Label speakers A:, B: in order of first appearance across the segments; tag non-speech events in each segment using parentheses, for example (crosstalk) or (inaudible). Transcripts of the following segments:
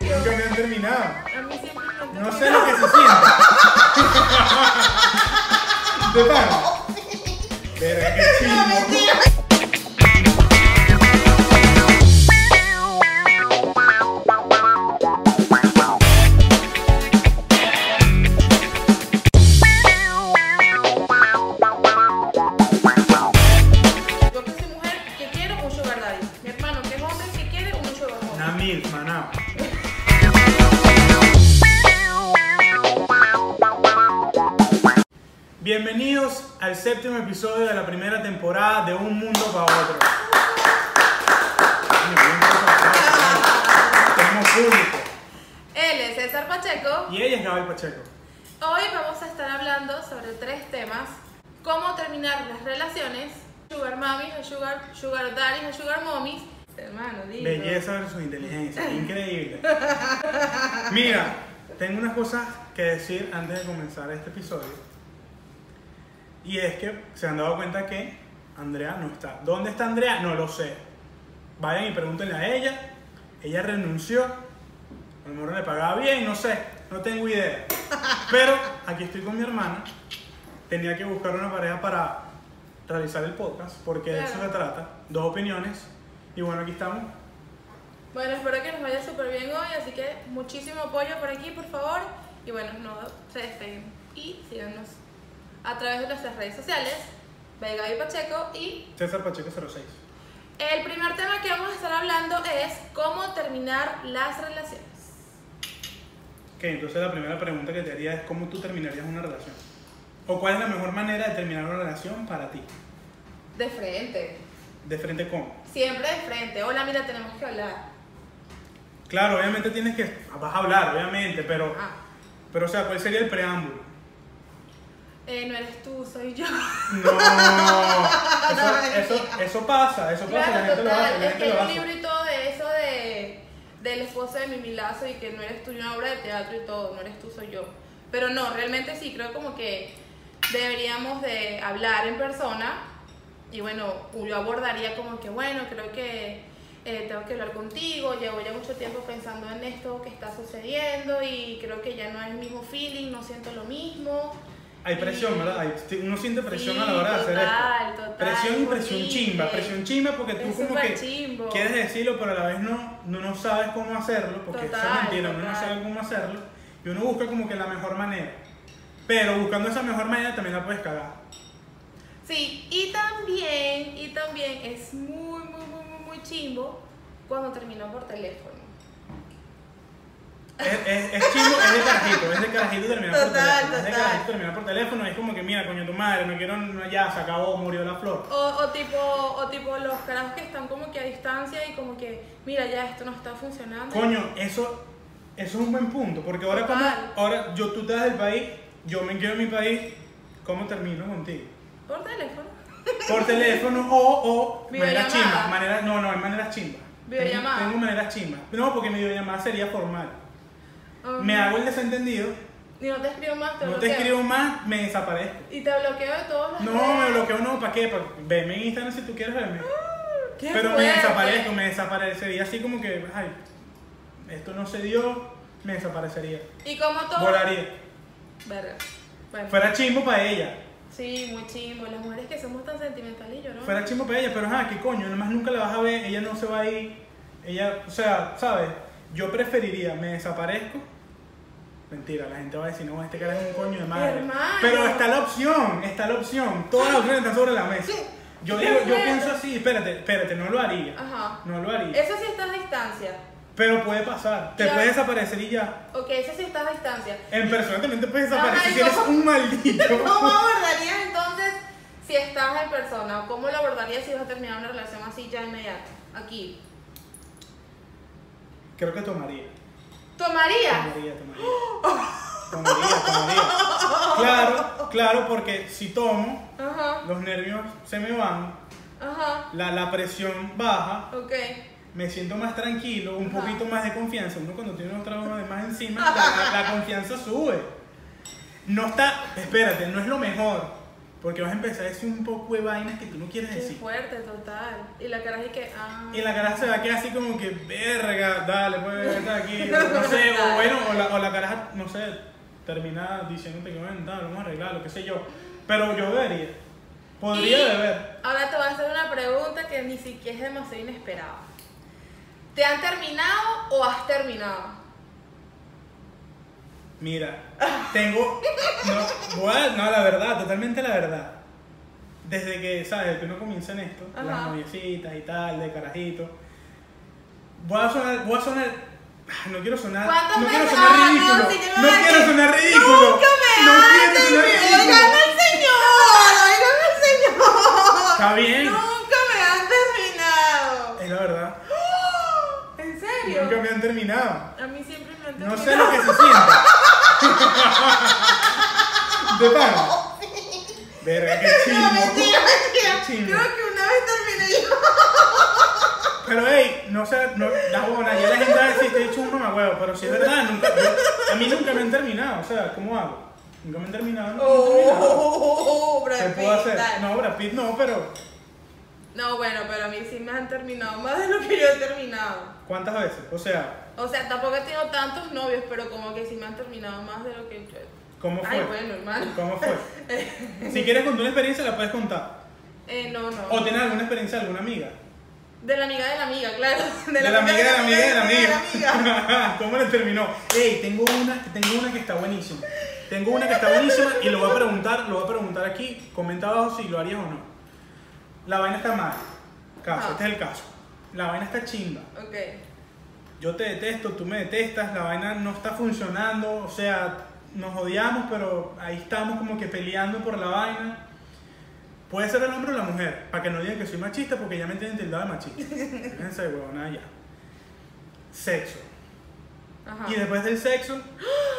A: nunca me han terminado.
B: A mí siempre me han
A: No
B: terminado.
A: sé lo que se siente. De pana. Pero es que sí.
B: Yo que soy mujer que quiero un sugar daddy. Mi hermano que es hombre que quiere un sugar daddy.
A: Una mil, maná. Bienvenidos al séptimo episodio de la primera temporada de Un Mundo para Otro. Coño, bien preparado. Tenemos público.
B: Él es César Pacheco.
A: Y ella es Gaby Pacheco.
B: Hoy vamos a estar hablando sobre tres temas. Cómo terminar las relaciones. Sugar mummies o sugar, sugar daddies o sugar mommies. Hermano, dilo.
A: Belleza versus inteligencia, increíble. Mira, tengo unas cosas que decir antes de comenzar este episodio. Y es que se han dado cuenta que Andrea no está. ¿Dónde está Andrea? No lo sé. Vayan y pregúntenle a ella. Ella renunció. A lo mejor no le pagaba bien, no sé. No tengo idea. Pero aquí estoy con mi hermana. Tenía que buscar una pareja para realizar el podcast, porque de eso se
B: Claro.
A: trata. Dos opiniones. Y bueno, aquí estamos.
B: Bueno, espero que nos vaya súper bien hoy, así que muchísimo apoyo por aquí, por favor. Y bueno, no se despeguen. Y síganos a través de nuestras redes sociales, Vega y Pacheco. Y
A: César Pacheco 06.
B: el primer tema que vamos a estar hablando es cómo terminar las relaciones.
A: Ok, entonces la primera pregunta que te haría es cómo tú terminarías una relación. O cuál es la mejor manera de terminar una relación para ti.
B: De frente,
A: De frente con.
B: siempre de frente. Hola, mira, tenemos que hablar.
A: Claro, obviamente tienes que. Vas a hablar, obviamente, pero.
B: Ah,
A: Pero, o sea, ¿cuál sería el preámbulo?
B: eh, no eres tú, soy yo.
A: No.
B: (laughs)
A: Eso,
B: mentira.
A: eso, eso pasa, eso pasa, la
B: Claro,
A: gente lo hace,
B: total,
A: la
B: es que
A: gente lo
B: hay un
A: hace.
B: libro y todo de eso de del esposo de Mimi Lazo y que no eres tú, y una obra de teatro y todo, no eres tú, soy yo. Pero no, realmente sí, creo como que deberíamos de hablar en persona y bueno, yo abordaría como que bueno, creo que eh, tengo que hablar contigo, llevo ya mucho tiempo pensando en esto que está sucediendo y creo que ya no es el mismo feeling, no siento lo mismo.
A: Hay presión, ¿verdad? Hay- uno siente presión a la
B: Sí,
A: hora de hacer
B: total,
A: esto.
B: total,
A: presión y
B: es
A: presión
B: horrible.
A: chimba. Presión chimba porque tú
B: Es
A: como
B: súper
A: que
B: chimbo.
A: quieres decirlo, pero a la vez no, no, no sabes cómo hacerlo, porque eso es
B: Total,
A: mentira, uno no
B: total.
A: sabe cómo hacerlo. Y uno busca como que la mejor manera. Pero buscando esa mejor manera también la puedes cagar.
B: Sí, y también, y también es muy, muy, muy, muy, muy chimbo cuando terminó por teléfono.
A: Es, es, es chimbo, es de carajito, es de carajito terminar por
B: Total,
A: teléfono. Es de
B: total.
A: carajito terminar por teléfono. Es como que, mira, coño, tu madre, no quiero, no, ya, se acabó, murió la flor.
B: O, o tipo, o tipo los carajos que están como que a distancia y como que, mira, ya esto no está funcionando.
A: Coño, eso, eso es un buen punto, porque ahora como,
B: Total.
A: ahora yo tú te das del país, yo me quedo en mi país, ¿cómo termino contigo?
B: Por teléfono.
A: Por teléfono o, o maneras
B: Videollamada.
A: chimbas, maneras, no, no, hay maneras chimbas.
B: Videollamada.
A: Tengo, tengo maneras chimbas. No, porque mi videollamada sería formal. Me
B: Ajá.
A: hago el desentendido,
B: Y no te escribo más, te
A: no te
B: bloqueo.
A: escribo más, me desaparezco.
B: Y te bloqueo de todos los
A: No, me bloqueo no, ¿para qué? Pa- Veme en Instagram si tú quieres verme. Pero me desaparezco, me desaparecería así como que, ay, esto no se dio, me desaparecería.
B: Y como todo.
A: Volaría.
B: Verga. Bueno.
A: Fuera chimbo para ella.
B: Sí, muy chimbo. Las mujeres que somos tan sentimentales y lloronas.
A: Fuera chimbo para ella, pero ajá, ¿qué coño? Además nunca la vas a ver, ella no se va a ir. Ella, o sea, ¿sabes? Yo preferiría, me desaparezco. Mentira, la gente va a decir, no, este cara es un coño de madre.
B: Hermano.
A: Pero está la opción, está la opción. Todas las opciones están sobre la mesa. Yo digo, yo
B: Hermano.
A: pienso así, espérate, espérate, no lo haría.
B: Ajá.
A: No lo haría.
B: Eso sí está a distancia.
A: Pero puede pasar. Te
B: Claro.
A: puedes desaparecer y ya.
B: Ok, eso sí está a distancia.
A: En persona también te puedes desaparecer
B: Ajá,
A: si
B: ¿y
A: eres
B: cómo?
A: un maldito.
B: (laughs) ¿Cómo abordarías entonces si estás en persona? ¿O cómo lo abordarías si vas a terminar una relación así ya inmediata? Aquí.
A: Creo que tomaría.
B: ¿Tomarías?
A: Tomaría, tomaría. Tomaría, tomaría. Claro, claro, porque si tomo,
B: Ajá,
A: los nervios se me van,
B: ajá.
A: la, la presión baja,
B: Ok.
A: me siento más tranquilo, un
B: Ajá.
A: poquito más de confianza. Uno cuando tiene unos trabajos de más encima, la, la- la confianza sube. No está, espérate, no es lo mejor, Porque vas a empezar a decir un poco de vainas que tú no quieres
B: Qué
A: decir.
B: fuerte, total. Y la cara es que, ah.
A: Y la caraja se va a quedar así como que, verga, dale, pues, está aquí, o no sé, o bueno, o la, o la caraja, no sé, termina diciéndote que, bueno, dale, vamos a arreglarlo, qué sé yo. Pero yo bebería, podría
B: Y
A: beber.
B: Ahora te voy a hacer una pregunta que ni siquiera es demasiado inesperada. ¿Te han terminado o has terminado?
A: Mira, tengo, no, voy a- no, la verdad, totalmente la verdad. Desde que, ¿sabes? Que uno comienza en esto, las
B: Ajá.
A: noviecitas y tal, de carajito. Voy a sonar, voy a sonar, ah, no quiero sonar,
B: ¿Cuántos
A: no quiero
B: meses?
A: sonar
B: Ah, no,
A: ridículo,
B: sí, yo
A: no
B: me voy a
A: quiero
B: decir,
A: sonar ridículo.
B: ¡Nunca me
A: no
B: han
A: quiero sonar
B: terminado!
A: ridículo.
B: ¡Oigan al señor! ¡Oigan al señor!
A: Está bien,
B: ¡Nunca me han terminado!
A: es la verdad.
B: ¿En serio?
A: Nunca me han terminado.
B: A mí siempre me han
A: No
B: terminado.
A: sé lo que se siente. (laughs) De pana. Verga, qué
B: (laughs) No,
A: chingo.
B: mentira, mentira.
A: Qué chimbo.
B: Creo que una vez terminé yo.
A: Pero hey, no sé, no, la buena, ya la gente va a decir, te he dicho un mamahuevo, pero si es verdad, nunca, yo- a mí nunca me han terminado, o sea, ¿cómo hago? Nunca me han terminado, nunca me han terminado.
B: Oh, Brad
A: ¿Qué
B: Pitt,
A: puedo hacer?
B: dale.
A: No, Brad Pitt no, pero
B: No, bueno, pero a mí sí me han terminado más de lo que yo he terminado.
A: ¿cuántas veces? O sea,
B: O sea, tampoco he tenido tantos novios, pero como que sí me han terminado más de lo que yo.
A: ¿cómo
B: Ay,
A: fue?
B: bueno, hermano.
A: ¿Cómo fue? Si quieres contar una experiencia, la puedes contar.
B: (laughs) Eh, no, no.
A: O tener alguna experiencia de alguna amiga.
B: De la amiga de la amiga, claro.
A: De la amiga, de la amiga, de la
B: de
A: (laughs)
B: la amiga.
A: amiga. ¿Cómo le terminó? Ey, tengo una, tengo una que está buenísima. Tengo una que está buenísima y lo voy a preguntar, lo voy a preguntar aquí. Comenta abajo si lo harías o no. La vaina está mal. Caso,
B: Ah.
A: este es el caso. La vaina está chimba.
B: Ok.
A: Yo te detesto, tú me detestas, la vaina no está funcionando, o sea, nos odiamos, pero ahí estamos como que peleando por la vaina. Puede ser el hombre o la mujer, para que no digan que soy machista, porque ya me tienen tildado de machista.
B: (laughs)
A: Fíjense, huevonada ya. Sexo.
B: Ajá.
A: Y después del
B: (gasps)
A: sexo,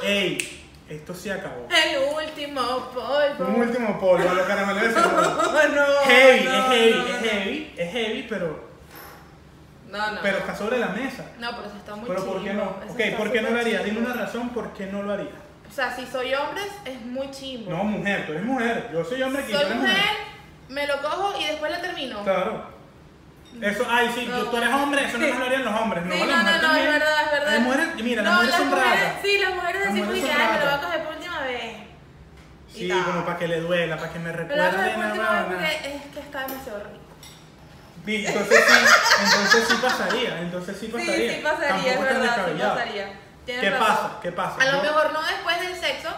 A: ¡ey! Esto se acabó.
B: El último polvo.
A: Un último polvo, a los
B: (laughs)
A: caramelos de cebolla.
B: No, no.
A: Heavy,
B: no,
A: es heavy,
B: no,
A: es
B: no.
A: heavy, es heavy, pero,
B: No, no.
A: pero está sobre la mesa.
B: No, pero eso está muy
A: Pero ¿por qué
B: chimbo,
A: no?
B: eso
A: Ok,
B: está
A: ¿por qué no lo
B: súper
A: harías? Dime
B: chimbo.
A: una razón por qué no lo harías.
B: O sea, si soy hombre, es muy chimbo.
A: No, mujer, tú eres mujer. Yo soy hombre que
B: soy
A: yo eres
B: mujer, me lo cojo y después lo termino.
A: Claro. Eso, ay, sí,
B: No.
A: tú, tú eres hombre, eso no más lo harían los hombres. No,
B: Sí,
A: las
B: no, no,
A: mujeres
B: no, es
A: también.
B: verdad, es verdad.
A: Las mujeres, mira, las
B: no,
A: mujeres
B: las
A: son
B: mujeres,
A: raras.
B: sí, las mujeres
A: Las
B: decimos
A: mujeres
B: que
A: son
B: "Ay, me lo voy a
A: ratas.
B: coger por última vez. y
A: Sí,
B: tal.
A: como para que le duela, para que me
B: Me lo voy a coger
A: recuerde
B: por
A: la
B: última vez
A: vaina.
B: porque es que está demasiado rico.
A: Vi- Entonces sí, entonces sí pasaría, entonces sí
B: Sí,
A: pasaría.
B: sí pasaría, es
A: Tampoco tan
B: verdad, sí
A: descabellado.
B: pasaría. Tienes
A: ¿Qué
B: razón.
A: pasa? ¿Qué pasa?
B: A lo
A: Yo-
B: mejor no después del sexo,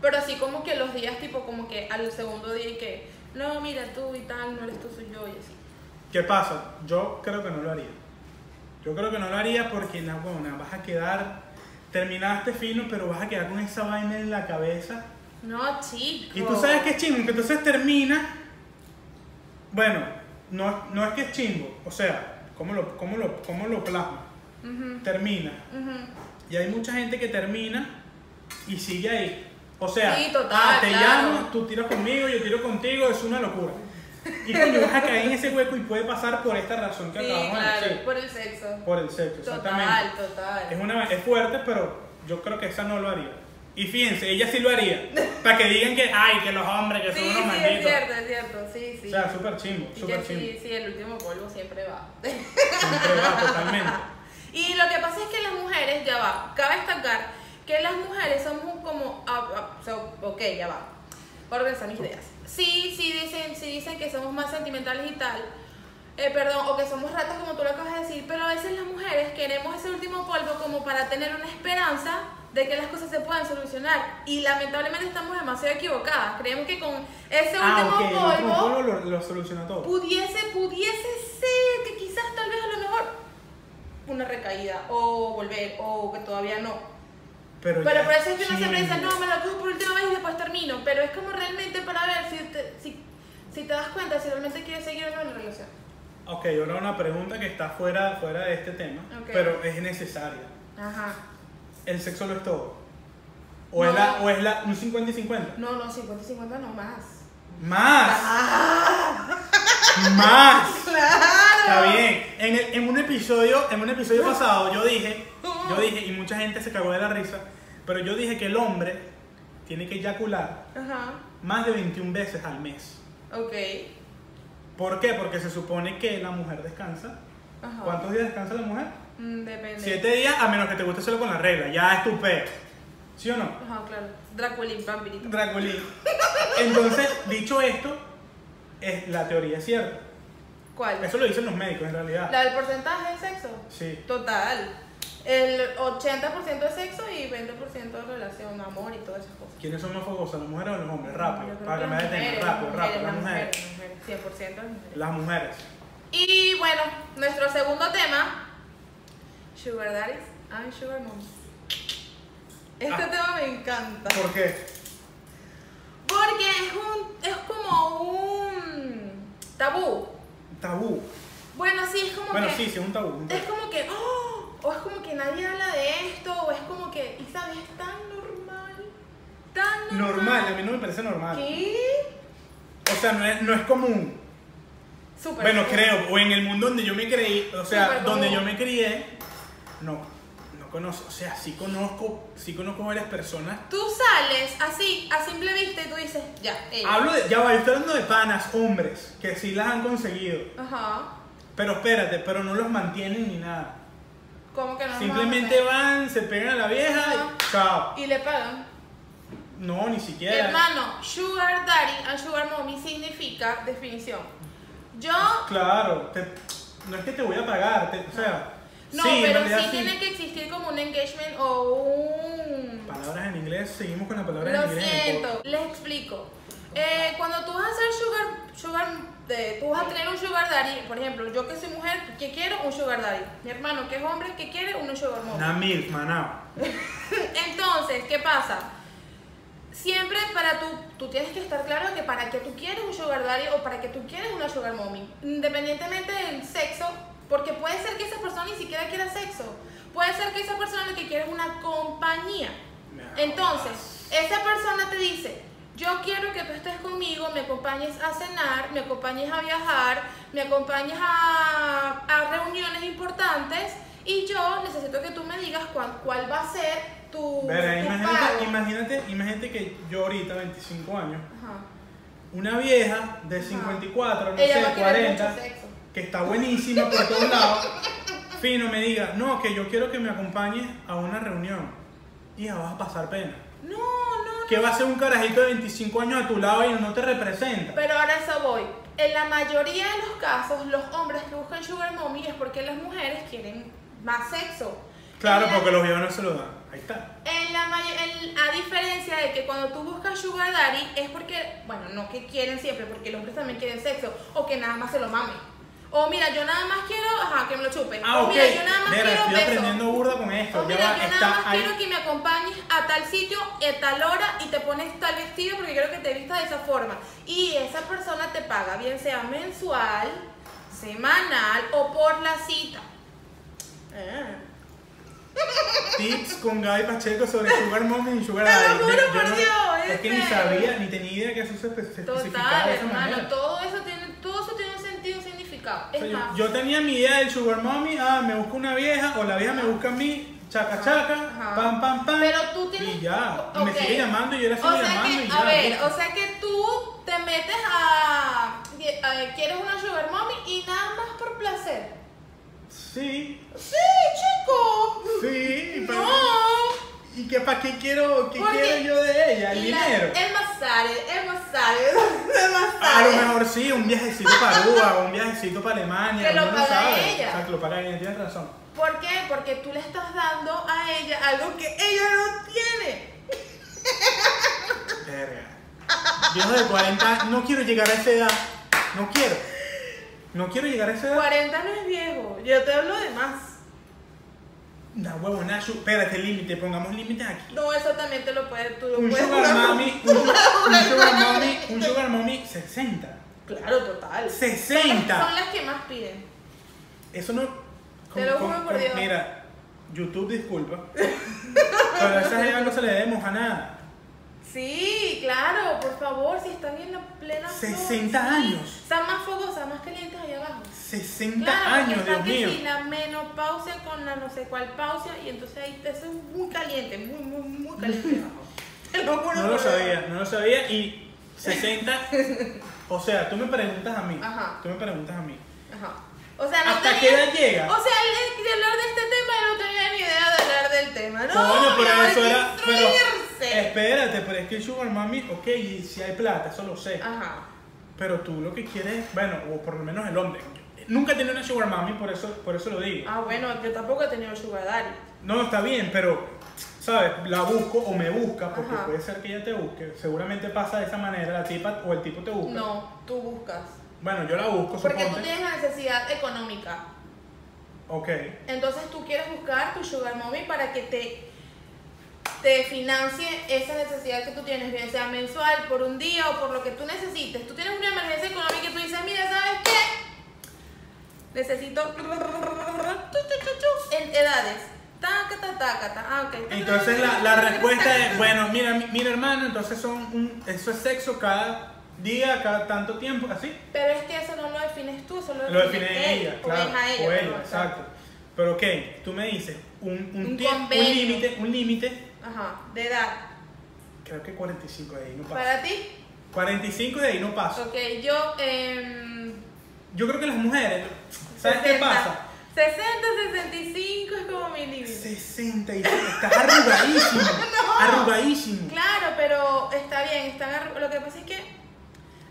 B: pero sí como que los días, tipo como que al segundo día y que, no, mira tú y tal, no eres tú, soy yo y así.
A: ¿Qué pasa? Yo creo que no lo haría. Yo creo que no lo haría porque, na, huevona, vas a quedar, terminaste fino, pero vas a quedar con esa vaina en la cabeza.
B: No, chico.
A: Y tú sabes que es chimbo, que entonces termina. Bueno, no, no es que es chimbo, o sea, ¿cómo lo, cómo lo, cómo lo plasma?
B: Ujú,
A: Termina.
B: ujú.
A: Y hay mucha gente que termina y sigue ahí. O sea,
B: Sí, total,
A: ah, te
B: claro.
A: llamo, tú tiras conmigo, yo tiro contigo, es una locura. Y cuando vas a caer en ese hueco y puede pasar por esta razón que
B: Sí,
A: acabamos
B: claro,
A: de decir.
B: por el sexo.
A: Por el sexo, exactamente.
B: Total, total.
A: Es, una, es fuerte, pero yo creo que esa no lo haría. Y fíjense, ella sí lo
B: (laughs)
A: haría. Para que digan que, ay, que los hombres, que
B: Sí,
A: son
B: sí,
A: unos
B: es
A: malditos.
B: cierto, es cierto, sí, sí.
A: O sea, súper chimbo,
B: y que
A: súper chimbo.
B: sí, sí, el último polvo siempre va.
A: Siempre va totalmente.
B: (laughs) y lo que pasa es que las mujeres, ya va, cabe destacar que las mujeres somos como, ah, ah, so- ok, ya va, organizar mis ideas. Sí, sí dicen, sí dicen que somos más sentimentales y tal, eh, perdón, o que somos ratas como tú lo acabas de decir, pero a veces las mujeres queremos ese último polvo como para tener una esperanza de que las cosas se puedan solucionar y lamentablemente estamos demasiado equivocadas. Creemos que con ese
A: Ah,
B: último
A: ok, el último
B: polvo
A: polvo lo, lo soluciona todo.
B: pudiese, pudiese ser que quizás tal vez a lo mejor una recaída o volver o que todavía no.
A: Pero,
B: Pero
A: ya
B: por eso es que uno siempre
A: chimbo.
B: dice, no, me la cojo por última vez y después termino. Pero es como realmente para ver si te, si, si te das cuenta, si realmente quieres seguir o no en la relación.
A: Ok, ahora una pregunta que está fuera, fuera de este tema,
B: Ok.
A: pero es necesaria.
B: Ajá.
A: ¿El sexo lo es todo? ¿O, es,
B: No.
A: la, ¿O es la un 50 y 50?
B: No, no, 50 y 50 no más.
A: ¡Más! ¡Más! Está
B: (laughs) ¡Claro!
A: bien. En, el- en un episodio, en un episodio pasado yo dije, yo dije, y mucha gente se cagó de la risa, pero yo dije que el hombre tiene que eyacular
B: Ajá.
A: más de 21 veces al mes.
B: Ok.
A: ¿Por qué? Porque se supone que la mujer descansa.
B: Ajá.
A: ¿Cuántos días descansa la mujer?
B: Mm, depende.
A: Siete días, a menos que te guste solo con la regla. Ya es tu peo. ¿Sí o no?
B: Ajá, claro. Draculín, vampirito.
A: Draculín. Entonces, dicho esto, es, la teoría es cierta.
B: ¿Cuál?
A: Eso lo dicen los médicos, en realidad.
B: La del porcentaje de sexo.
A: Sí.
B: Total. El 80% de sexo y 20% de relación, amor y todas esas cosas.
A: ¿Quiénes son más fogosas, las mujeres o los hombres?
B: Yo
A: Rápido,
B: creo
A: para que me
B: las
A: detengan.
B: mujeres,
A: Rápido, rápido. Las
B: las
A: mujeres.
B: mujeres, las mujeres, 100% las mujeres.
A: Las mujeres.
B: Y bueno, nuestro segundo tema, Sugar Daddies and Sugar Moms. Este
A: Ah.
B: tema me encanta.
A: ¿Por qué?
B: Porque es, un, es como un tabú.
A: Tabú.
B: Bueno, sí, es como
A: Bueno,
B: que...
A: sí, sí, es un tabú. un tabú.
B: Es como que... ¡oh! O es como que nadie habla de esto. O es como que... Y sabes, es tan normal. Tan
A: Normal,
B: normal.
A: a mí no me parece normal.
B: ¿Qué?
A: O sea, no es, no es común.
B: Súper.
A: Bueno,
B: común.
A: creo, o en el mundo donde yo me creí, o sea,
B: Súper
A: donde
B: común.
A: yo me crié, no, no conozco, o sea, sí conozco, sí conozco varias personas.
B: Tú sales así, a simple vista y tú dices, ya, ella.
A: Hablo de, ya va, yo estoy hablando de panas, hombres, que sí las han conseguido,
B: Ajá.
A: pero espérate, pero no los mantienen ni nada.
B: ¿Cómo que no? nos
A: Simplemente
B: vamos
A: van, se pegan a la vieja
B: Ajá.
A: y chao.
B: a- Y le pagan.
A: No, ni siquiera.
B: Hermano, sugar daddy and sugar mommy significa definición. Yo,
A: Claro, te- no es que te voy a pagar, te- o sea,
B: no,
A: sí, en
B: pero
A: realidad
B: sí tiene que existir como un engagement o un...
A: Palabras en inglés, seguimos con las palabras en
B: Lo
A: inglés. en el
B: siento, les explico. Eh, cuando tú vas a hacer sugar, sugar de- tú vas a tener un sugar daddy, por ejemplo, yo que soy mujer, que quiero un sugar daddy. Mi hermano que es hombre, que quiere un sugar
A: podcast.
B: mommy.
A: Una milf, manao.
B: Entonces, ¿qué pasa? Siempre para tú, tú tienes que estar claro que para que tú quieres un sugar daddy o para que tú quieres una sugar mommy, independientemente del sexo, porque puede ser que esa persona ni siquiera quiera sexo, puede ser que esa persona lo que quiere es una compañía. Entonces, esa persona te dice, yo quiero que tú estés conmigo, me acompañes a cenar, me acompañes a viajar, me acompañes a, a reuniones importantes y yo necesito que tú me digas cuál, cuál va a ser tu,
A: Verá,
B: tu
A: imagínate,
B: pago.
A: imagínate, imagínate que yo ahorita, 25 años,
B: Ajá.
A: una vieja de
B: Ajá.
A: 54, no
B: Ella va
A: sé,
B: a querer
A: 40,
B: mucho sexo.
A: que está buenísima por todos lados, fino me diga, no, que yo quiero que me acompañes a una reunión. Hija, vas a pasar pena.
B: No, no,
A: Que va a ser un carajito de 25 años a tu lado y no te representa.
B: Pero ahora eso voy. En la mayoría de los casos, los hombres que buscan sugar mommy es porque las mujeres quieren más sexo.
A: Claro,
B: En la-
A: porque los viejos no se lo dan. Ahí está.
B: En la may- en- a diferencia de que cuando tú buscas sugar daddy es porque, bueno, no que quieren siempre, porque los hombres también quieren sexo, o que nada más se lo mamen. O mira, yo nada más quiero, ajá, que me lo chupen.
A: Ah,
B: o
A: ok.
B: mira, yo nada más
A: Verá,
B: quiero
A: estoy
B: beso.
A: aprendiendo burda con esto.
B: O
A: Ya va,
B: mira, yo nada
A: está
B: más
A: ahí.
B: quiero que me acompañes a tal sitio, a tal hora, y te pones tal vestido porque quiero que te vistas de esa forma. Y esa persona te paga, bien sea mensual, semanal o por la cita. Ah.
A: Tips con Gaby Pacheco sobre Sugar Mommy y Sugar
B: Te lo
A: Daddy.
B: juro
A: Yo
B: por Dios,
A: Es
B: es
A: que ni
B: serio.
A: sabía, ni tenía idea que eso se espe- se especificaba
B: Total,
A: de esa
B: hermano,
A: manera.
B: todo eso tiene, todo eso tiene un sentido y un significado.
A: O sea,
B: Es
A: yo-
B: más,
A: yo, tenía mi idea del Sugar Mommy, ah, me busco una vieja, o la vieja me busca a mí, chaca chaca,
B: Ajá.
A: pam pam pam.
B: pero tú tienes
A: Y ya,
B: o-
A: Y me
B: ok.
A: sigue llamando y yo la sigo
B: O sea
A: llamando
B: que,
A: y
B: a
A: ya.
B: ver,
A: listo.
B: o sea que tú te metes a, a- quieres una sugar mommy y nada más por placer.
A: Sí,
B: Sí, chico.
A: sí, pero.
B: No.
A: ¿Y qué para qué quiero, qué
B: ¿Por qué?
A: quiero yo de ella? El
B: Y la-
A: dinero.
B: Es más sale, es más sale, (laughs) es más
A: A lo
B: sale.
A: mejor sí, un viajecito para Cuba, un viajecito para Alemania.
B: Que lo
A: uno no
B: paga
A: sabe.
B: ella.
A: O sea, que lo paga ella, tienes razón.
B: ¿Por qué? Porque tú le estás dando a ella algo que ella no tiene.
A: Verga. Viejo de 40, no quiero llegar a esa edad. No quiero. No quiero llegar a esa edad.
B: 40 no es viejo, yo te hablo de más.
A: No, huevo, Nacho, espérate, límite, pongamos límites aquí.
B: No, eso también te lo puedes, tú lo
A: Un
B: puedes
A: sugar
B: jugar. (laughs)
A: mommy, un, su- un sugar mommy, un sugar mommy 60.
B: Claro, total. Son las, son
A: 60.
B: las que más piden.
A: Eso no.
B: Te lo juro por Dios.
A: Mira, YouTube disculpa. Pero a esa edad no se le debe mojar nada.
B: Sí, claro, por favor, si están en la plena flor,
A: 60
B: sí.
A: años.
B: Están más fogosas, más calientes allá abajo.
A: 60
B: Claro,
A: años,
B: porque
A: Dios
B: están que
A: mío.
B: si la menopausia con la no sé cuál pausia y entonces ahí te haces muy caliente, muy, muy,
A: (laughs)
B: muy caliente abajo. Te lo juro
A: No lo
B: por Dios.
A: sabía, no lo sabía y 60 O sea, tú me preguntas a mí.
B: Ajá.
A: Tú me preguntas a mí.
B: Ajá. O sea, no
A: ¿Hasta qué
B: tenía-
A: edad llega?
B: O sea, el- de hablar de este tema yo no tenía ni idea de hablar del tema, ¿no?
A: Coño,
B: pero
A: pero
B: hay
A: eso
B: que
A: era. Pero,
B: instruirse.
A: espérate, pero es que el Sugar Mami, ok, y si hay plata, eso lo sé.
B: Ajá.
A: Pero tú lo que quieres, bueno, o por lo menos el hombre. Nunca he tenido una Sugar Mami, por eso, por eso lo digo.
B: Ah, bueno, yo tampoco he tenido sugar daddy.
A: No, está bien, pero, ¿sabes? La busco o me busca, porque
B: Ajá.
A: puede ser que ella te busque. Seguramente pasa de esa manera, la tipa o el tipo te busca.
B: No, tú buscas.
A: Bueno, yo la busco,
B: Porque tú
A: suponte.
B: tienes la necesidad económica.
A: Ok.
B: Entonces tú quieres buscar tu sugar mommy para que te, te financie esa necesidad que tú tienes, bien sea mensual, por un día o por lo que tú necesites. Tú tienes una emergencia económica y tú dices, mira, ¿sabes qué? Necesito en edades. Taca, taca, taca, taca. Ah, ok.
A: Entonces la, la respuesta es, bueno, mira, mi- mira hermano, entonces son un, eso es sexo cada día, cada tanto tiempo, así.
B: Pero es que eso no lo defines tú, eso lo,
A: Lo define ella,
B: o
A: claro.
B: es a ella.
A: o
B: ¿no?
A: ella, exacto. Pero ok, tú me dices, un, un,
B: Un
A: tie-
B: convenio.
A: un límite, un límite,
B: Ajá, de edad.
A: creo que 45 de ahí no pasa.
B: Para ti,
A: 45 de ahí no pasa.
B: ok, yo... em,
A: Yo creo que las mujeres, ¿sabes qué
B: 60.
A: pasa?
B: 60, 65 es como mi límite.
A: 65, estás
B: (laughs)
A: arrugadísimo, arrugadísimo.
B: Claro, pero está bien, están arru- lo que pasa es que,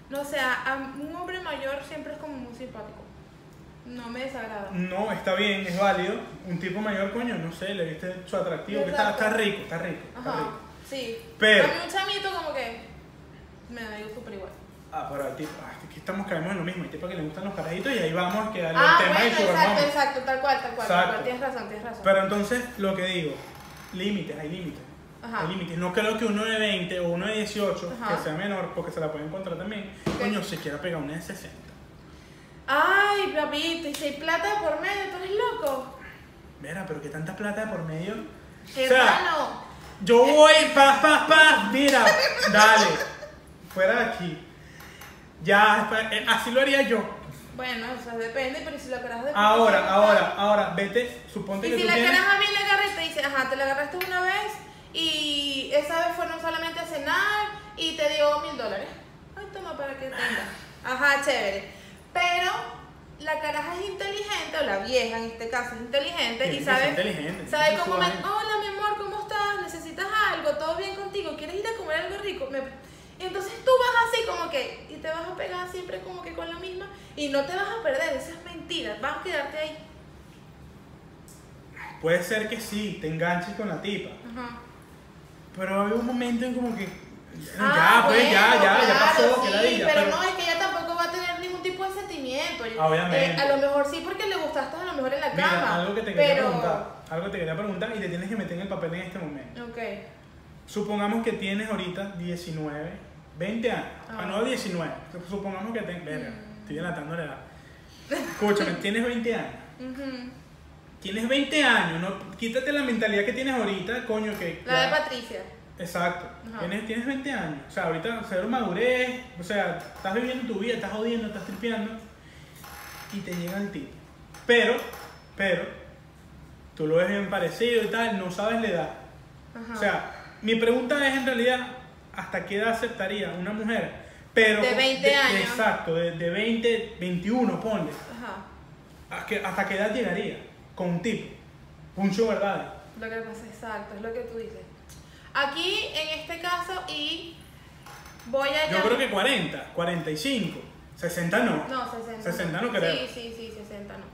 B: no sé, a- a un hombre mayor siempre es como muy simpático. No me desagrada.
A: No, está bien, es válido. Un tipo mayor, coño, no sé, le viste su atractivo, que está,
B: Exacto.
A: está rico, está rico, está
B: Ajá,
A: rico.
B: sí.
A: Pero-
B: A mí un chamito como que me da yo súper igual.
A: Ah, pero al tipo, ah, aquí estamos caemos en lo mismo, hay tipo que le gustan los carajitos y ahí vamos que al
B: Ah,
A: tema
B: bueno,
A: del sugar
B: exacto,
A: mommy.
B: exacto, tal cual, tal cual, tal
A: Exacto.
B: cual. Tienes razón, tienes razón.
A: Pero entonces, lo que digo, límites, hay límites.
B: Ajá.
A: Hay límites. No creo que uno de 20 o uno de 18,
B: Ajá.
A: que sea menor, porque se la pueden encontrar también, coño, se quiera pegar una de 60.
B: Ay, papito, y si hay plata por medio, tú eres loco.
A: Mira, pero que tanta plata de por medio.
B: Qué
A: o sea,
B: raro.
A: yo voy, pa, pa, pa, mira, dale, fuera de aquí. Ya, eh, así lo haría yo.
B: Bueno, o sea, depende, pero si lo agarras de
A: Ahora, ahora, ahora, vete, suponte
B: Y
A: que
B: si
A: tú
B: la
A: tienes...
B: caraja bien la agarra y te dice, ajá, te la agarraste una vez y esa vez fueron solamente a cenar y te dio mil dólares. Ay, toma para que tengas. Ajá, chévere. Pero la caraja es inteligente, o la vieja en este caso es inteligente
A: Tiene
B: y
A: que
B: sabe,
A: ser inteligente,
B: sabe
A: tiene que
B: cómo
A: ser
B: me...
A: suave.
B: Hola, mi amor, ¿cómo estás? ¿Necesitas algo? ¿Todo bien contigo? ¿Quieres ir a comer algo rico? Me- Y entonces tú vas así como que, y te vas a pegar siempre como que con la misma y no te vas a perder, esas es mentira, vas a quedarte ahí.
A: Puede ser que sí, te enganches con la tipa.
B: Ajá.
A: Pero había un momento en como que.
B: Ah,
A: ya, pues, ya,
B: bueno,
A: ya, ya
B: claro,
A: pasó,
B: sí,
A: que la diga.
B: Pero, no, es que ella tampoco va a tener ningún tipo de sentimiento. Yo-
A: Obviamente.
B: eh, a lo mejor sí, porque le gustaste a lo mejor en la
A: mira,
B: cama.
A: algo que te quería
B: pero...
A: preguntar. Algo que te quería preguntar y te tienes que meter en el papel en este momento.
B: Ok.
A: Supongamos que tienes ahorita 19, 20 años.
B: Ah. Mm.
A: Ah, no, 19. Supongamos que tengas. Verga, estoy delatando
B: (laughs)
A: la edad. Escúchame, tienes 20 años.
B: Ujú.
A: Tienes 20 años, no, quítate la mentalidad que tienes ahorita, coño, que.
B: La de
A: ya-
B: Patricia.
A: Exacto.
B: Ajá.
A: Tienes, tienes 20 años. O sea, ahorita cero madurez. O sea, estás viviendo tu vida, estás jodiendo, estás tripeando. Y te llega el tipo. Pero, pero, tú lo ves bien parecido y tal, no sabes la edad.
B: Ajá.
A: O sea, mi pregunta es en realidad, ¿hasta qué edad aceptaría una mujer? Pero,
B: De 20 años.
A: Exacto, de, de 20, 21, ponle.
B: Ajá.
A: ¿A qué- ¿Hasta qué edad llegaría con un tipo? Un show, ¿verdad?
B: Lo que pasa, exacto, es lo que tú dices. Aquí, en este caso, y voy a
A: Yo
B: llam-
A: creo que 40, 45, 60 no.
B: No, 60.
A: 60 no creo.
B: Sí, sí, sí, 60 no.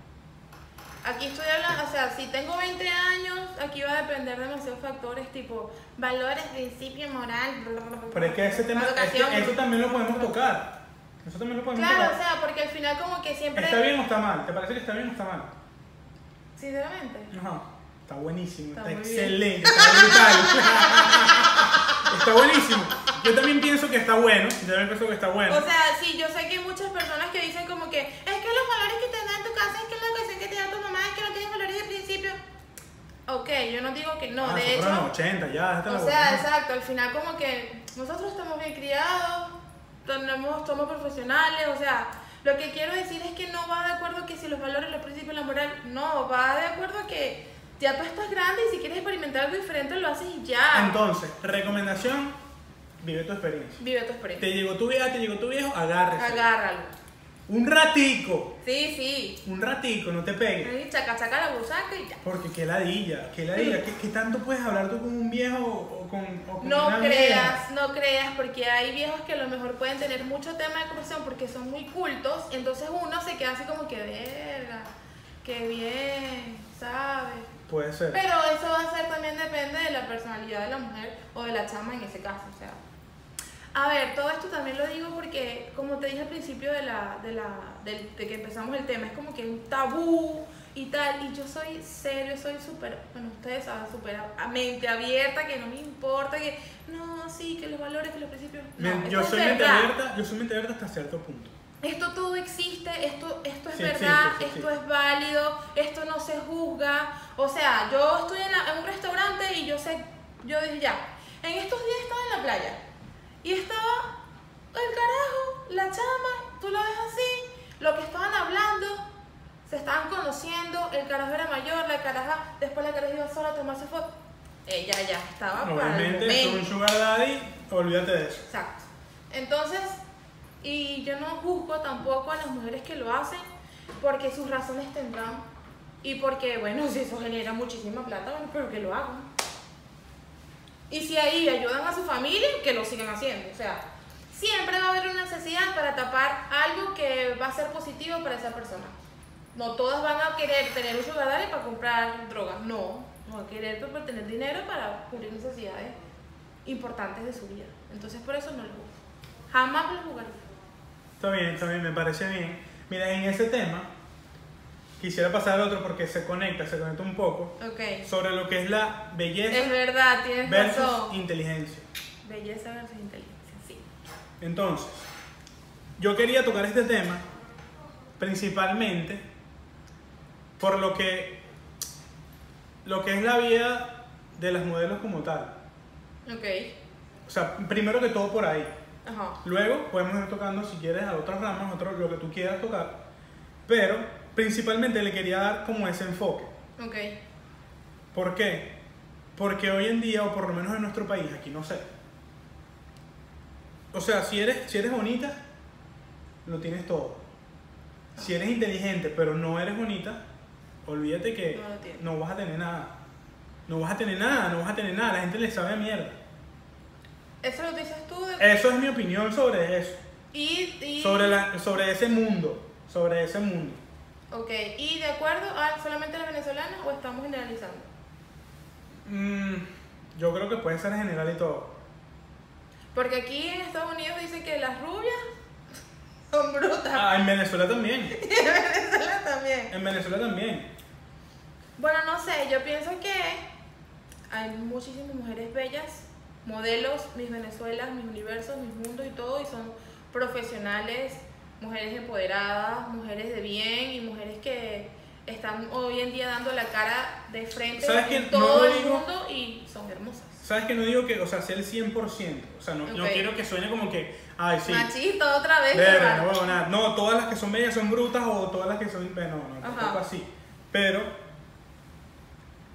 B: Aquí estoy hablando, o sea, si tengo 20 años, aquí va a depender de demasiados factores tipo valores, principio, moral. bla, bla, bla, bla.
A: Pero es que ese tema, es que
B: Educación.
A: eso también lo podemos tocar. Eso también lo podemos
B: Claro, o
A: tocar.
B: sea, porque al final como que siempre...
A: ¿Está bien o está mal? ¿Te parece que está bien o está mal?
B: Sinceramente.
A: Ajá. Está buenísimo,
B: Está
A: está,
B: muy bien.
A: excelente, está
B: (laughs)
A: brutal. está buenísimo. Yo también pienso que está bueno. Yo también pienso que está bueno.
B: O sea, sí, yo sé que hay muchas personas que dicen como que es que los valores que te dan tu casa, es que la educación que te da tu mamá, es que no tienes valores de principio. Ok, yo no digo que no,
A: Ah,
B: de
A: se
B: hecho...
A: fueron los 80, ya, déjate la
B: O
A: bola.
B: sea, exacto, al final como que nosotros estamos bien criados, tenemos, somos profesionales, o sea, lo que quiero decir es que no va de acuerdo que si los valores, los principios, la moral, no, va de acuerdo a que ya tú estás grande y si quieres experimentar algo diferente lo haces y ya.
A: Entonces, recomendación vive tu experiencia.
B: Vive tu experiencia.
A: Te llegó tu vieja, te llegó tu viejo, agárrese.
B: Agárralo.
A: Un ratico,
B: Sí, sí.
A: un ratico, no te pegues.
B: Ahí, Chaca, chaca la busaca y ya.
A: Porque qué ladilla, qué ladilla. ¿Qué, qué tanto puedes hablar tú con un viejo o o con, o con
B: No
A: una vieja?
B: creas, no creas, porque hay viejos que a lo mejor pueden tener mucho tema de corrupción porque son muy cultos, entonces uno se queda así como que, verga, qué bien, ¿sabes?
A: Puede ser.
B: Pero eso va a ser también depende de la personalidad de la mujer o de la chama en ese caso, o sea. A ver, todo esto también lo digo porque, como te dije al principio de, la, de, la, del- de que empezamos el tema, es como que un tabú y tal, y yo soy serio, soy súper, bueno, ustedes saben, súper a- mente abierta, que no me importa, que no, sí, que los valores, que los principios... No,
A: Men-
B: esto
A: yo
B: es
A: soy mente
B: verdad.
A: abierta, yo soy mente abierta hasta cierto punto.
B: Esto todo existe, esto, esto es
A: Sí,
B: verdad,
A: existe, sí,
B: esto
A: sí.
B: es válido, esto no se juzga. O sea, yo estoy en, la- en un restaurante y yo sé, yo dije ya, en estos días estaba en la playa y estaba el carajo, la chama, tú lo ves así, lo que estaban hablando, se estaban conociendo, el carajo era mayor, la caraja, después la caraja iba sola a tomarse fotos. Ella ya estaba Ah, para el
A: Obviamente, soy un
B: momento.
A: sugar daddy, olvídate de eso.
B: Exacto. Entonces, y yo no juzgo tampoco a las mujeres que lo hacen porque sus razones tendrán y porque, bueno, si eso genera muchísima plata, bueno, pero que lo hagan. Y si ahí ayudan a su familia, que lo sigan haciendo. O sea, siempre va a haber una necesidad para tapar algo que va a ser positivo para esa persona. No todas van a querer tener un sugar daddy para comprar drogas, no. Van a querer para tener dinero para cubrir necesidades importantes de su vida. Entonces por eso no lo juego. Jamás lo jugaría.
A: Está bien, está bien, me parece bien. Mira, en ese tema, quisiera pasar al otro porque se conecta, se conecta un poco,
B: Ok.
A: sobre lo que es la
B: Es
A: belleza
B: verdad, tienes
A: versus
B: razón.
A: inteligencia.
B: Belleza versus inteligencia, sí.
A: Entonces, yo quería tocar este tema principalmente por lo que, lo que es la vida de las modelos como tal.
B: Ok.
A: O sea, primero que todo por ahí.
B: Ajá.
A: Luego podemos ir tocando, si quieres, a otras ramas, otro, lo que tú quieras tocar. Pero principalmente le quería dar como ese enfoque.
B: Ok.
A: ¿Por qué? Porque hoy en día, o por lo menos en nuestro país, aquí no sé. O sea, si eres, si eres bonita, lo tienes todo. Si eres inteligente, pero no eres bonita, olvídate que
B: No lo tienes.
A: no vas a tener nada. No vas a tener nada, no vas a tener nada. La gente le sabe a mierda.
B: Eso lo dices tú. de-
A: Eso es mi opinión sobre eso.
B: Y, y,
A: Eh, sobre, la, sobre ese mundo, sobre ese mundo.
B: Ok. ¿Y de acuerdo a solamente las venezolanas o estamos generalizando?
A: Mm, yo creo que puede ser general y todo.
B: Porque aquí en Estados Unidos dicen que las rubias son brutas. (laughs)
A: Ah, en Venezuela también.
B: Y en Venezuela también.
A: En Venezuela también.
B: Bueno, no sé, yo pienso que hay muchísimas mujeres bellas, modelos, mis Venezuelas, mis universos, mis mundos y todo, y son profesionales, mujeres empoderadas, mujeres de bien y mujeres que están hoy en día dando la cara de frente
A: ¿Sabes
B: en
A: qué? No
B: todo
A: lo
B: el
A: digo-
B: mundo y son hermosas.
A: ¿Sabes que no digo que, o sea, sea el 100%? O sea, no, no
B: Ok.
A: quiero que suene como que, ay, sí.
B: Machista otra vez.
A: verga,
B: ¿verdad?
A: no, huevo, nada. No, todas las que son bellas son brutas o todas las que son... No, no,
B: Ajá.
A: tampoco así. Pero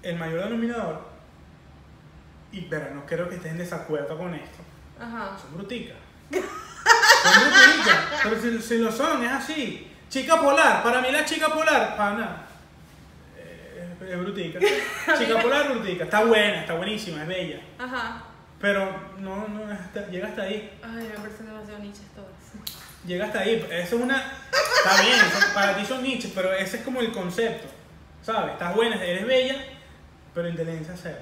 A: el mayor denominador, y pero no creo que estés en desacuerdo con esto,
B: Ajá.
A: Son bruticas. Son bruticas. Pero si, si lo son, es así. Chica polar, para mí la chica polar, pana. eh, Es
B: (laughs)
A: brutica. Chica polar, brutica. Está buena, está buenísima, es bella.
B: Ajá.
A: Pero no, no, hasta- llega hasta ahí.
B: Ay, me parecen demasiado nichas todas.
A: Llega hasta ahí. Eso es una. Está bien, son- para ti son niches, pero ese es como el concepto. ¿Sabes? Estás buena, eres bella, pero inteligencia cero.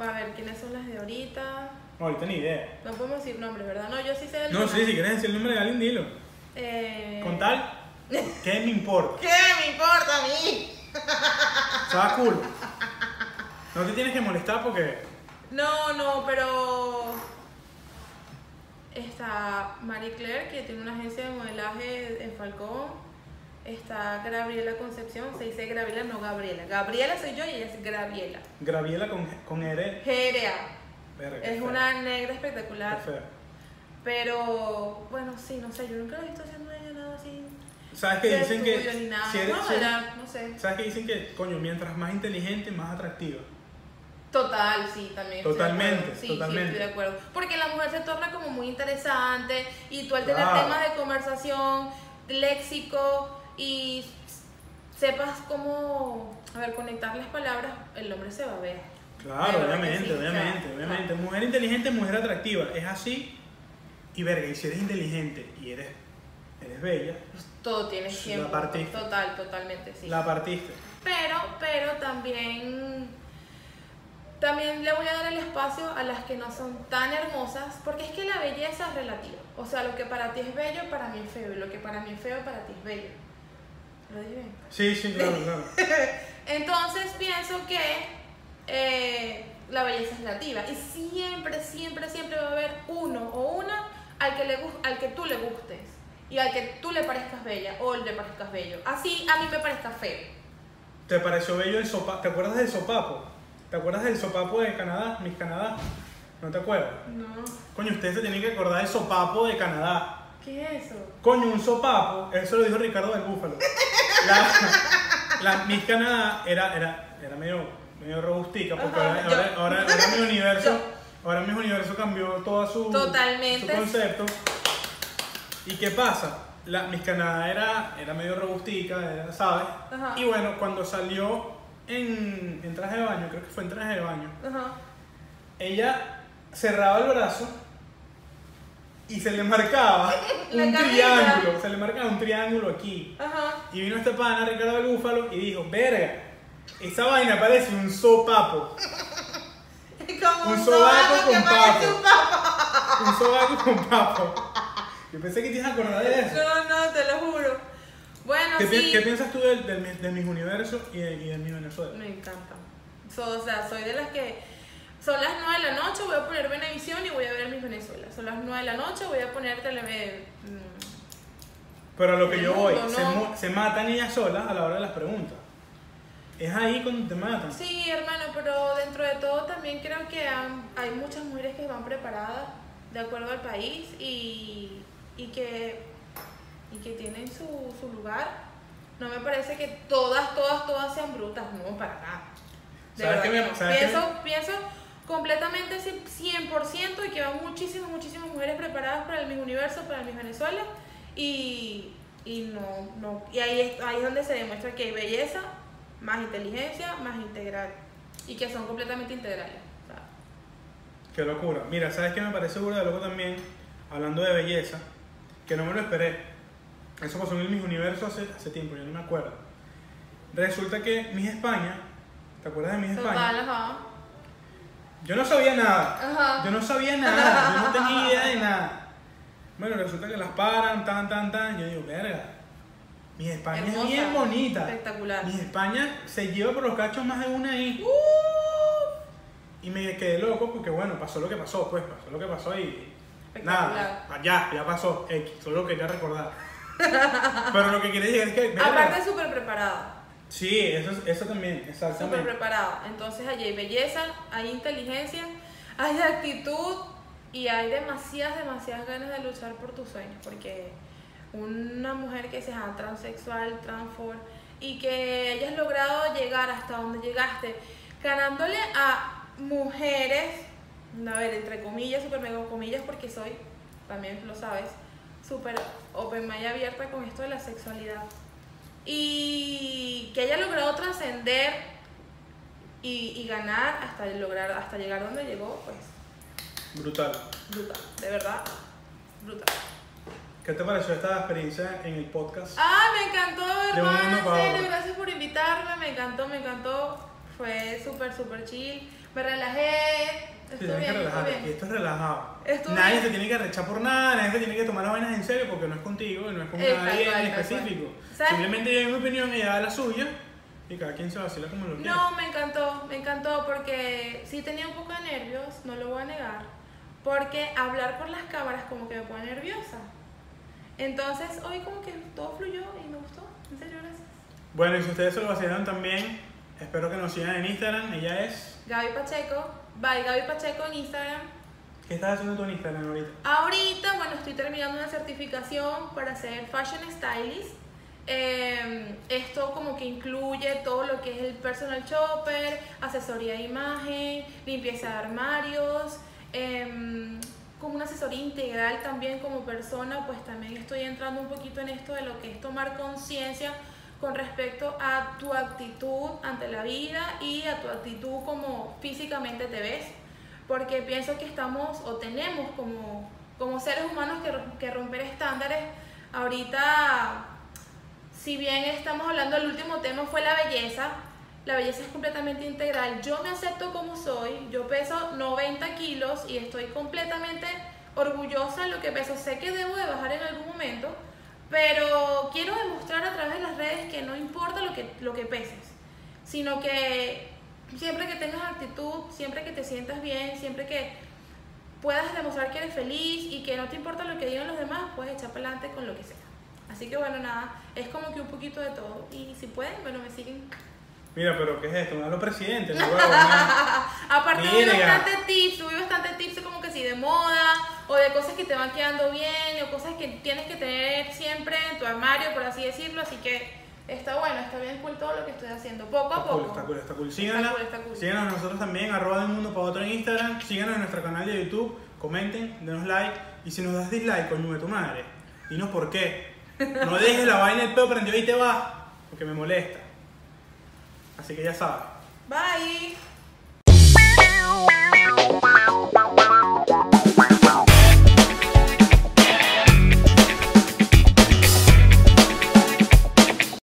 B: Va a ver, ¿quiénes son las de ahorita?
A: Ahorita ni idea.
B: No podemos decir nombres, ¿verdad? No, yo sí sé el
A: No, sí, si quieres decir el nombre de alguien, dilo.
B: Eh...
A: Con tal, ¿qué me importa?
B: (laughs) ¿Qué me importa a mí?
A: Estaba cool. No te tienes que molestar porque.
B: No, no, pero está Marie Claire, que tiene una agencia de modelaje en Falcón. Está Gabriela Concepción, se dice Gabriela, no Gabriela. Gabriela soy yo y ella es Gabriela.
A: Graviela con, con R.
B: GRA.
A: Verga, qué
B: Es
A: feo,
B: una negra
A: qué
B: espectacular.
A: feo.
B: Pero, bueno, sí, no sé, yo nunca la he visto haciendo ella nada así.
A: ¿Sabes que
B: de
A: dicen
B: estudio
A: que.
B: Ni nada.
A: si eres-
B: no,
A: si eres-
B: era- no sé.
A: ¿Sabes que dicen que, coño, mientras más inteligente, más atractiva?
B: Total, sí, también. estoy de
A: Totalmente,
B: acuerdo. sí,
A: totalmente.
B: Sí, estoy de acuerdo. Porque la mujer se torna como muy interesante y tú al tener
A: Claro.
B: temas de conversación, léxico y sepas cómo, a ver, conectar las palabras, el hombre se va a ver.
A: Claro,
B: De verdad que
A: obviamente,
B: sí, o sea,
A: obviamente,
B: ajá.
A: obviamente. Mujer inteligente, mujer atractiva, es así. Y verga, y si eres inteligente y eres, eres bella,
B: Todo tiene
A: Sí,
B: tiempo.
A: la partiste.
B: Total, totalmente, sí.
A: la partiste.
B: Pero, pero también, también le voy a dar el espacio a las que no son tan hermosas, porque es que la belleza es relativa. O sea, lo que para ti es bello, para mí es feo, y lo que para mí es feo, para ti es bello. Lo dije bien.
A: Sí, sí,
B: (laughs)
A: claro, claro.
B: Entonces pienso que eh, la belleza es relativa y siempre, siempre, siempre va a haber uno o una al que, le, gus- al que tú le gustes y al que tú le parezcas bella o le parezcas bello. Así a mí me parezca feo.
A: ¿Te pareció bello el sopapo? ¿Te acuerdas del sopapo? ¿Te acuerdas del sopapo de Canadá? Mis Canadá. ¿No te acuerdas?
B: No,
A: Coño, ustedes se tienen que acordar del sopapo de Canadá.
B: ¿qué es eso?
A: Coño, un sopapo. Eso lo dijo Ricardo del Búfalo. La, la Miss Canadá era, era, era medio, medio robustica porque
B: Ajá,
A: ahora,
B: yo.
A: ahora, ahora- ahora
B: (laughs)
A: mi universo.
B: Yo.
A: Ahora mis universo cambió todo su,
B: Totalmente.
A: su concepto. ¿Y qué pasa? La, Miss Canadá era, era medio robustica, era, ¿sabes?
B: Ajá.
A: Y bueno, cuando salió en, en traje de baño, creo que fue en traje de baño,
B: Ajá.
A: ella cerraba el brazo y se le marcaba
B: (laughs) La
A: un
B: carita.
A: triángulo, se le marcaba un triángulo aquí.
B: Ajá. (laughs)
A: Y vino este pana, Ricardo del Búfalo, y dijo, verga, esa vaina parece un sopapo,
B: Como
A: Un sobaco
B: un sobaco
A: con
B: que parece
A: papo.
B: un papo.
A: un sobaco con papo. Yo pensé que te ibas a acordar de eso.
B: No, no, te lo juro. Bueno,
A: ¿Qué, pi-
B: sí.
A: qué piensas tú del, del, mis- del Mis Universo y de, y del Mis Venezuela?
B: Me encanta. So, o sea, soy de las que son las 9 de la noche, voy a poner Venevisión y voy a ver mis Venezuela. Son las 9 de la noche, voy a poner tele... mm,
A: Pero a lo que yo voy,
B: No, no.
A: se, mu- se matan ellas solas a la hora de las preguntas. Es ahí cuando te matan.
B: Sí, hermano, pero dentro de todo también creo que han- hay muchas mujeres que van preparadas de acuerdo al país y, y que, y que tienen su, su lugar. No me parece que todas, todas, todas sean brutas, no, para nada. De
A: ¿Sabes
B: verdad
A: qué
B: que
A: me-
B: no.
A: sabes qué me-
B: pienso, pienso completamente cien- 100% y que van muchísimas, muchísimas mujeres preparadas para el Miss Universo, para el Miss Venezuela y, y no, no, y ahí es, ahí es donde se demuestra que hay belleza, más inteligencia, más integral y que son completamente integrales. o sea,
A: Qué locura. Mira, ¿sabes qué me parece burda de loco también? Hablando de belleza, que no me lo esperé. Eso pasó en el Mis Universo hace, hace tiempo, yo no me acuerdo. Resulta que Miss España, ¿te acuerdas de Miss
B: Total,
A: España?
B: ajá.
A: Yo no sabía nada.
B: Ajá.
A: Yo no sabía nada, yo no tenía idea de nada. Bueno, resulta que las paran, tan, tan, tan. Yo digo, verga, Miss España
B: Hermosa,
A: es bien bonita.
B: Espectacular.
A: Miss España se lleva por los cachos más de una ahí. Y me quedé loco porque, bueno, pasó lo que pasó, pues, pasó lo que pasó y.
B: Espectacular.
A: Nada, ya, ya pasó, X, solo quería
B: (laughs)
A: recordar. Pero lo que quería decir es que. verga,
B: Aparte súper preparada,
A: sí, eso, es- eso también,
B: súper
A: exactamente.
B: preparada. Entonces allí hay belleza, hay inteligencia, hay actitud y hay demasiadas, demasiadas ganas de luchar por tus sueños. Porque una mujer que sea transexual, transfor y que hayas logrado llegar hasta donde llegaste, ganándole a mujeres, a ver, entre comillas, super mega comillas, porque soy, también lo sabes, súper open mind abierta con esto de la sexualidad. y que haya logrado trascender y, y ganar hasta lograr hasta llegar donde llegó pues
A: Brutal.
B: brutal de verdad brutal
A: ¿Qué te pareció esta experiencia en el podcast?
B: ah me encantó
A: De un mundo para
B: hermano en
A: otro.
B: serio gracias por invitarme me encantó me encantó fue súper súper chill me relajé
A: Te
B: estuvo
A: tienes que
B: bien estuvo
A: relajar, y
B: bien
A: esto es relajado.
B: Estuvo
A: nadie
B: bien.
A: se tiene que arrechar por nada, nadie se tiene que tomar las vainas en serio porque no es contigo y no es con
B: Eh, tal
A: nadie
B: cual,
A: en
B: tal cual.
A: específico.
B: ¿Sabes?
A: Simplemente yo doy mi opinión, ella da la suya y cada quien se vacila como lo quiera.
B: No, me encantó, me encantó porque sí tenía un poco de nervios, no lo voy a negar, porque hablar por las cámaras como que me pone nerviosa. Entonces hoy como que todo fluyó y me gustó, en serio, gracias.
A: Bueno, y si ustedes se lo vacilaron también, espero que nos sigan en Instagram. Ella es.
B: Gaby Pacheco, bye Gaby Pacheco en Instagram.
A: ¿Qué estás haciendo tú en Instagram ahorita?
B: Ahorita, bueno, estoy terminando una certificación para ser fashion stylist eh, esto como que incluye todo lo que es el personal shopper, asesoría de imagen, limpieza de armarios, em, como una asesoría integral también como persona, pues también estoy entrando un poquito en esto de lo que es tomar conciencia con respecto a tu actitud ante la vida y a tu actitud como físicamente te ves, porque pienso que estamos o tenemos como, como seres humanos que, ro- que romper estándares. Ahorita, si bien estamos hablando, el último tema fue la belleza, la belleza es completamente integral. Yo me acepto como soy, yo peso 90 kilos y estoy completamente orgullosa de lo que peso. Sé que debo de bajar en algún momento, pero quiero demostrar a través de las redes que no importa lo que, lo que peses, sino que siempre que tengas actitud, siempre que te sientas bien, siempre que puedas demostrar que eres feliz y que no te importa lo que digan los demás, puedes echar para adelante con lo que sea. Así que bueno, nada, es como que un poquito de todo. Y si pueden, bueno, me siguen
A: Mira, pero ¿qué es esto? Un hablo
B: (laughs)
A: presidente, no huevo, una-
B: Aparte vi
A: Mira.
B: bastante tips, vi bastante tips como que si de moda o de cosas que te van quedando bien o cosas que tienes que tener siempre en tu armario, por así decirlo, así que está bueno, está bien cool todo lo que estoy haciendo, poco a
A: Está cool,
B: poco.
A: está cool, está cool.
B: Está
A: Síganla.
B: cool, está cool.
A: Síganos a nosotros también, arroba de un mundo para otro en Instagram. Síganos en nuestro canal de YouTube, comenten, denos like. Y si nos das dislike, coño de tu madre, dinos por qué. No dejes la vaina del pedo prendido y te vas, porque me molesta. Así que ya sabes.
B: Bye.
C: Wow.